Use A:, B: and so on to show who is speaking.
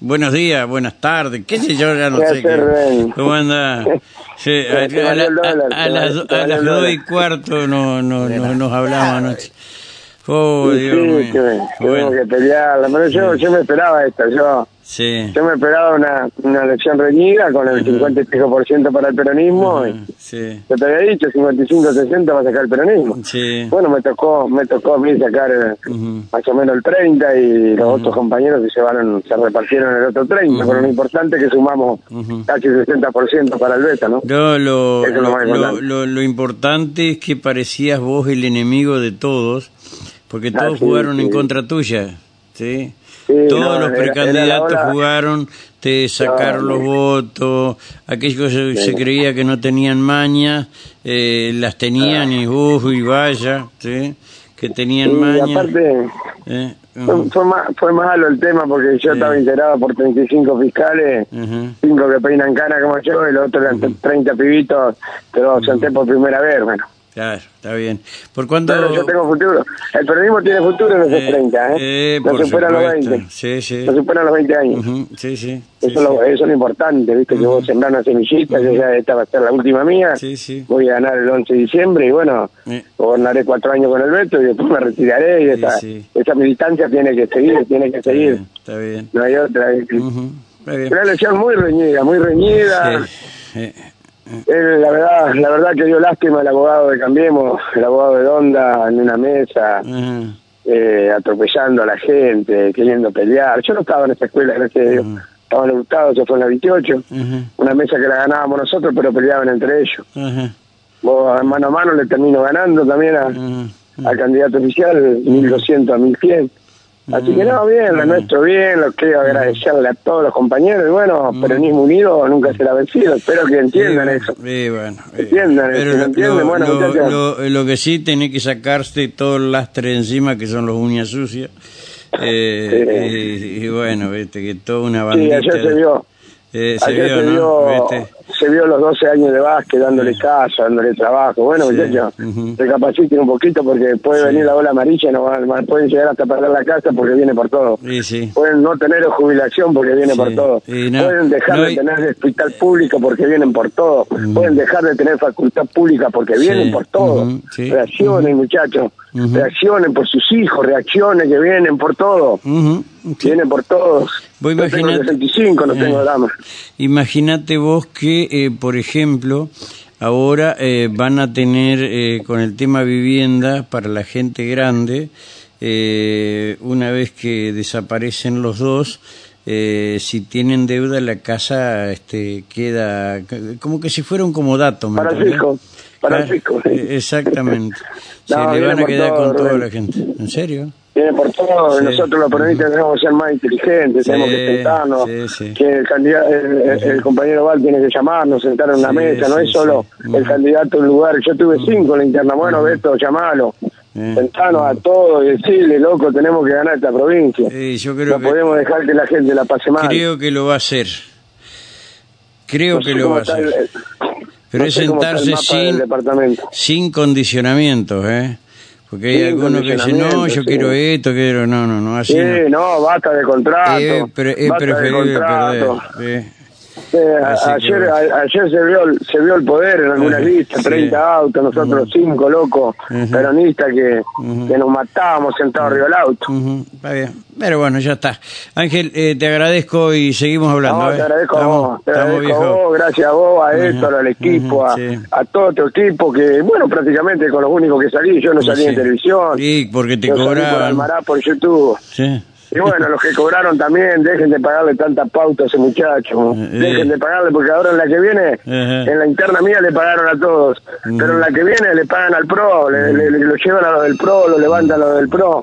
A: Buenos días, buenas tardes, qué sé yo, ya no
B: ¿Qué
A: sé
B: hace,
A: qué-
B: Rubén?
A: ¿Cómo anda? Sí, a,
B: Te valió
A: a la-
B: el dólar,
A: a- a
B: te
A: las,
B: valió- te
A: a
B: valió
A: las
B: el
A: dos
B: dólar.
A: y cuarto no, no, no, nos hablábamos anoche. Oh,
B: Sí,
A: Dios mío.
B: que, que
A: Bueno,
B: tengo que pelearla. Pero yo, yo me esperaba esta. Yo,
A: sí.
B: yo me esperaba una, una elección reñida con el 55% para el peronismo. y
A: Sí,
B: yo te había dicho, 55-60 va a sacar el peronismo.
A: sí.
B: Bueno, me tocó, me tocó a mí sacar eh,
A: Ujú.
B: más o menos el 30 y los otros compañeros se llevaron, se repartieron el otro 30. Pero lo importante es que sumamos
A: Ujú.
B: casi 60% para el beta, ¿no?
A: No, lo,
B: Eso es lo
A: lo,
B: más
A: lo,
B: importante.
A: lo- lo importante es que parecías vos el enemigo de todos, porque
B: Ah,
A: todos
B: sí,
A: jugaron en
B: sí.
A: contra tuya. ¿sí?
B: Sí,
A: todos los
B: no, era- era la
A: precandidatos
B: ola-
A: jugaron, te sacaron los
B: sí.
A: votos, aquellos que se, se creía que no tenían mañas, eh, las tenían
B: Ah.
A: y vos y vaya, ¿sí? que tenían
B: Y
A: mañas.
B: aparte,
A: ¿eh?
B: fue,
A: Ujú,
B: fue, ma- fue malo el tema porque yo estaba integrado por 35 fiscales.
A: ujú.
B: cinco que peinan cana como yo y los otros eran 30 pibitos que los senté por primera vez, bueno.
A: Claro, está bien. ¿Por cuánto...?
B: Pero yo tengo futuro. El peronismo tiene futuro en esos
A: Eh,
B: 30, ¿eh?
A: eh,
B: no
A: por
B: superan los
A: supuesto.
B: 20.
A: Sí, sí.
B: No superan los 20 años.
A: Ujú, Sí, sí. sí,
B: Eso, es lo, eso es lo importante, ¿viste? Que vos sembrás una semillita, yo ya esta va a ser la última mía.
A: Sí, sí.
B: Voy a ganar el 11 de diciembre y bueno,
A: Eh.
B: gobernaré cuatro años con el Beto y después me retiraré y esa,
A: sí.
B: esa militancia tiene que seguir, tiene que
A: Está
B: seguir.
A: bien, Está bien.
B: No hay otra.
A: Ujú, Está bien.
B: Una elección muy reñida, muy reñida.
A: Mm. Sí, eh,
B: Eh, la verdad, la verdad que dio lástima el abogado de Cambiemos, el abogado de Donda en una mesa,
A: ajá,
B: eh, atropellando a la gente, queriendo pelear. Yo no estaba en esa escuela, gracias a Dios. Estaba en el Gustavo, yo fue en la 28.
A: ajá,
B: Una mesa que la ganábamos nosotros, pero peleaban entre ellos.
A: ajá,
B: Vos, mano a mano le termino ganando también a-
A: ajá.
B: al candidato oficial, 1200 a 1100. Así que no, bien, lo nuestro bien, lo quiero agradecerle a todos los compañeros. Y bueno, Peronismo Unido nunca será vencido. Espero que entiendan
A: Eh,
B: eso.
A: eh, bueno, eh,
B: Entiendan,
A: pero
B: si
A: lo,
B: lo entienden,
A: lo-
B: bueno,
A: lo-
B: muchachos.
A: lo- eh, lo que sí tenés que sacarte todo el lastre encima que son los uñas sucias. Eh, y, y bueno, viste que toda una
B: Sí,
A: bandita.
B: ayer se vio.
A: Eh, se
B: Ayer
A: vio,
B: se
A: ¿no?
B: vio,
A: Viste.
B: se vio los 12 años de Vázquez dándole casa, dándole trabajo. Bueno, muchachos,
A: ujú.
B: recapaciten un poquito porque puede venir la ola amarilla, no van- van- pueden llegar hasta perder la casa porque viene por todo.
A: Y sí.
B: Pueden no tener jubilación porque viene
A: Sí,
B: por todo.
A: y no-
B: Pueden dejar
A: no
B: de
A: hay-
B: tener hospital público porque vienen por todo. Pueden dejar de tener facultad pública porque vienen por todo.
A: ujú, sí,
B: reaccionen, muchachos. Reaccionen por sus hijos, reaccionen que vienen por todo.
A: Ujú, sí.
B: Vienen por todos.
A: Vos
B: Yo tengo
A: imaginate-
B: 65, no tengo
A: Eh.
B: drama.
A: Imagínate vos que, eh, por ejemplo, ahora eh, van a tener eh, con el tema vivienda para la gente grande, eh, una vez que desaparecen los dos, eh, si tienen deuda la casa este, queda c- como que si fuera un comodato. ¿me
B: Para el
A: entendés?
B: fisco, para el
A: Claro,
B: fisco.
A: eh, Exactamente. Se
B: No,
A: le van a
B: viene por
A: quedar
B: todo,
A: con toda
B: Rubén.
A: la gente. ¿En serio?
B: Viene por todo,
A: Sí.
B: nosotros los peronistas tenemos que ser más inteligentes,
A: Sí,
B: tenemos que sentarnos,
A: sí, sí.
B: que el, candidato, el, el- el compañero Val tiene que llamarnos, sentar en una
A: Sí,
B: mesa, no
A: sí,
B: es solo
A: sí.
B: el
A: Mm.
B: candidato en lugar, yo tuve cinco en la interna, bueno Beto, llamalo,
A: Mm.
B: sentanos a todos y decirle, loco, tenemos que ganar esta provincia,
A: Eh, yo creo
B: no
A: que
B: podemos dejar que la gente la pase mal.
A: Creo que lo va a hacer. Creo
B: No sé
A: que lo
B: cómo
A: va a
B: está el-
A: hacer. Pero
B: no
A: es
B: sé cómo está el
A: sentarse
B: mapa del
A: sin,
B: departamento.
A: sin condicionamientos, ¿eh? Porque hay
B: Sin
A: algunos que dicen, no, yo
B: condicionamientos,
A: quiero
B: sí.
A: esto, quiero... No, no, no, así
B: Sí,
A: no.
B: no, basta de contrato,
A: Eh, pre- es
B: basta de
A: preferible perder.
B: contrato.
A: ¿eh?
B: Eh, a-
A: Así que
B: ayer,
A: bueno.
B: a- ayer se vio el- se vio el poder en algunas
A: Ajá,
B: listas,
A: sí.
B: 30 autos, nosotros cinco locos peronistas que, que nos matábamos sentados arriba del auto.
A: Ujú, está bien. Pero bueno, ya está. Ángel, eh, te agradezco y seguimos hablando.
B: No,
A: ¿eh?
B: te agradezco a
A: Estamos-
B: vos, te
A: estamos,
B: agradezco a
A: viejo.
B: vos, gracias a vos, a Héctor, al equipo, a,
A: ujú, sí.
B: a todo tu equipo que, bueno, prácticamente con los únicos que salí, yo no salí
A: Sí.
B: en televisión,
A: Sí, porque te
B: yo salí por
A: cobraban.
B: Almará, por YouTube.
A: Sí.
B: Y bueno, los que cobraron también, dejen de pagarle tanta pauta a ese muchacho.
A: Eh.
B: Dejen de pagarle, porque ahora en la que viene,
A: Ajá.
B: en la interna mía le pagaron a todos. Pero en la que viene le pagan al pro, le, le- le- lo llevan a los del pro, lo levantan a los del pro.